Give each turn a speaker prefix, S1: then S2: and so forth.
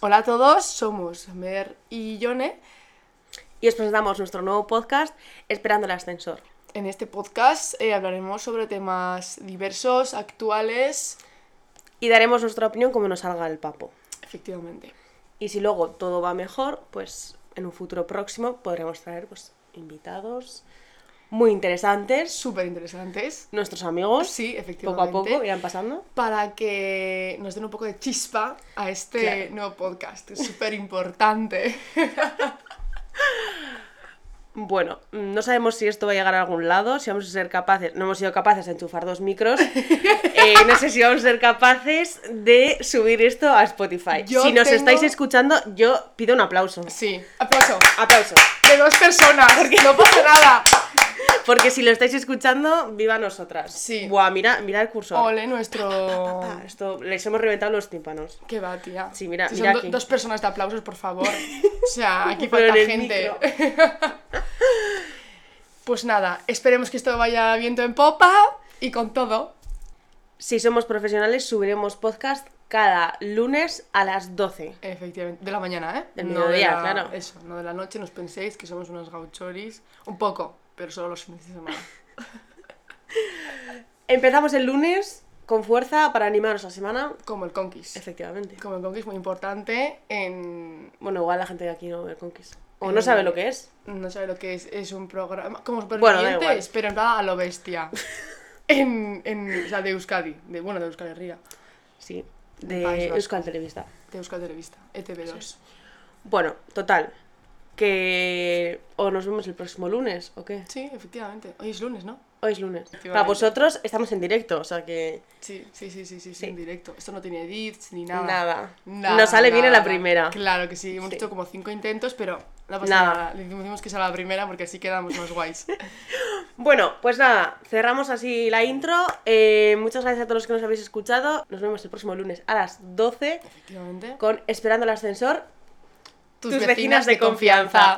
S1: Hola a todos, somos Mer y Yone.
S2: Y os presentamos nuestro nuevo podcast, Esperando el Ascensor.
S1: En este podcast eh, hablaremos sobre temas diversos, actuales,
S2: Y daremos nuestra opinión como nos salga el papo.
S1: efectivamente.
S2: Y si luego todo va mejor, pues en un futuro próximo podremos traer pues, invitados muy interesantes,
S1: Súper interesantes.
S2: nuestros amigos,
S1: Sí,
S2: poco a
S1: efectivamente.
S2: poco irán pasando.
S1: Para que nos den un poco de chispa a este
S2: Claro.
S1: nuevo podcast. Es súper importante.
S2: Bueno, mm, no sabemos si esto va a llegar a algún lado, si vamos a ser capaces, no hemos sido capaces de enchufar dos micros, Eh, no sé si vamos a ser capaces de subir esto a Spotify.
S1: Yo
S2: si nos
S1: tengo-
S2: estáis escuchando, yo pido un aplauso.
S1: Sí, aplauso.
S2: Aplauso.
S1: De dos personas, no pasa nada.
S2: Porque si lo estáis escuchando, viva nosotras.
S1: Sí.
S2: Buah, mira, mira el cursor.
S1: Ole, nuestro...
S2: Ah, Esto, les hemos reventado los tímpanos.
S1: ¿Qué va, tía?
S2: Sí, mira,
S1: Si son
S2: mira
S1: do-
S2: aquí.
S1: dos personas de aplausos, por favor. O sea, aquí
S2: Pero
S1: falta
S2: en el
S1: gente. Pues nada, esperemos que esto vaya viento en popa y con todo.
S2: Si somos profesionales, subiremos podcast cada lunes a las 12.
S1: Efectivamente, de la mañana, ¿eh?
S2: Del
S1: de
S2: mediodía,
S1: la-
S2: claro.
S1: Eso, no de la noche, no os penséis que somos unos gauchoris. Un poco, pero solo los fines de semana.
S2: Empezamos el lunes con fuerza para animaros la semana.
S1: Como el Conquist.
S2: Efectivamente.
S1: Como el Conquist, muy importante en...
S2: Bueno, igual la gente de aquí no ve el Conquist. O
S1: Eh,
S2: no sabe lo que es.
S1: No sé lo que es, es un programa... Como
S2: Bueno, da
S1: supervivientes,
S2: igual.
S1: pero en plan a lo bestia. en, en... O sea, de Euskadi. De, bueno, de Euskal Herria.
S2: Sí.
S1: Del País
S2: De
S1: Vasco.
S2: Euskal Televista.
S1: de Euskal Televista, E ETV2.
S2: Bueno, total. Que o nos vemos el próximo lunes o qué.
S1: Sí, efectivamente. Hoy es lunes, ¿no?
S2: Hoy es lunes. Para
S1: Efectivamente.
S2: vosotros estamos en directo, o sea que
S1: Sí, sí, sí, sí, sí,
S2: Sí.
S1: en directo. Esto no tiene edits ni nada.
S2: nada.
S1: Nada,
S2: Nos sale bien en la
S1: nada.
S2: primera.
S1: Claro que sí, hemos
S2: Sí.
S1: hecho como cinco intentos, pero no pasa nada.
S2: Nada.
S1: Le decimos que sea la primera porque así quedamos más guays.
S2: Bueno, pues nada, cerramos así la intro. Eh, muchas gracias a todos los que nos habéis escuchado. Nos vemos el próximo lunes a las 12
S1: Efectivamente.
S2: con Esperando el ascensor.
S1: Tus, vecinas, de confianza.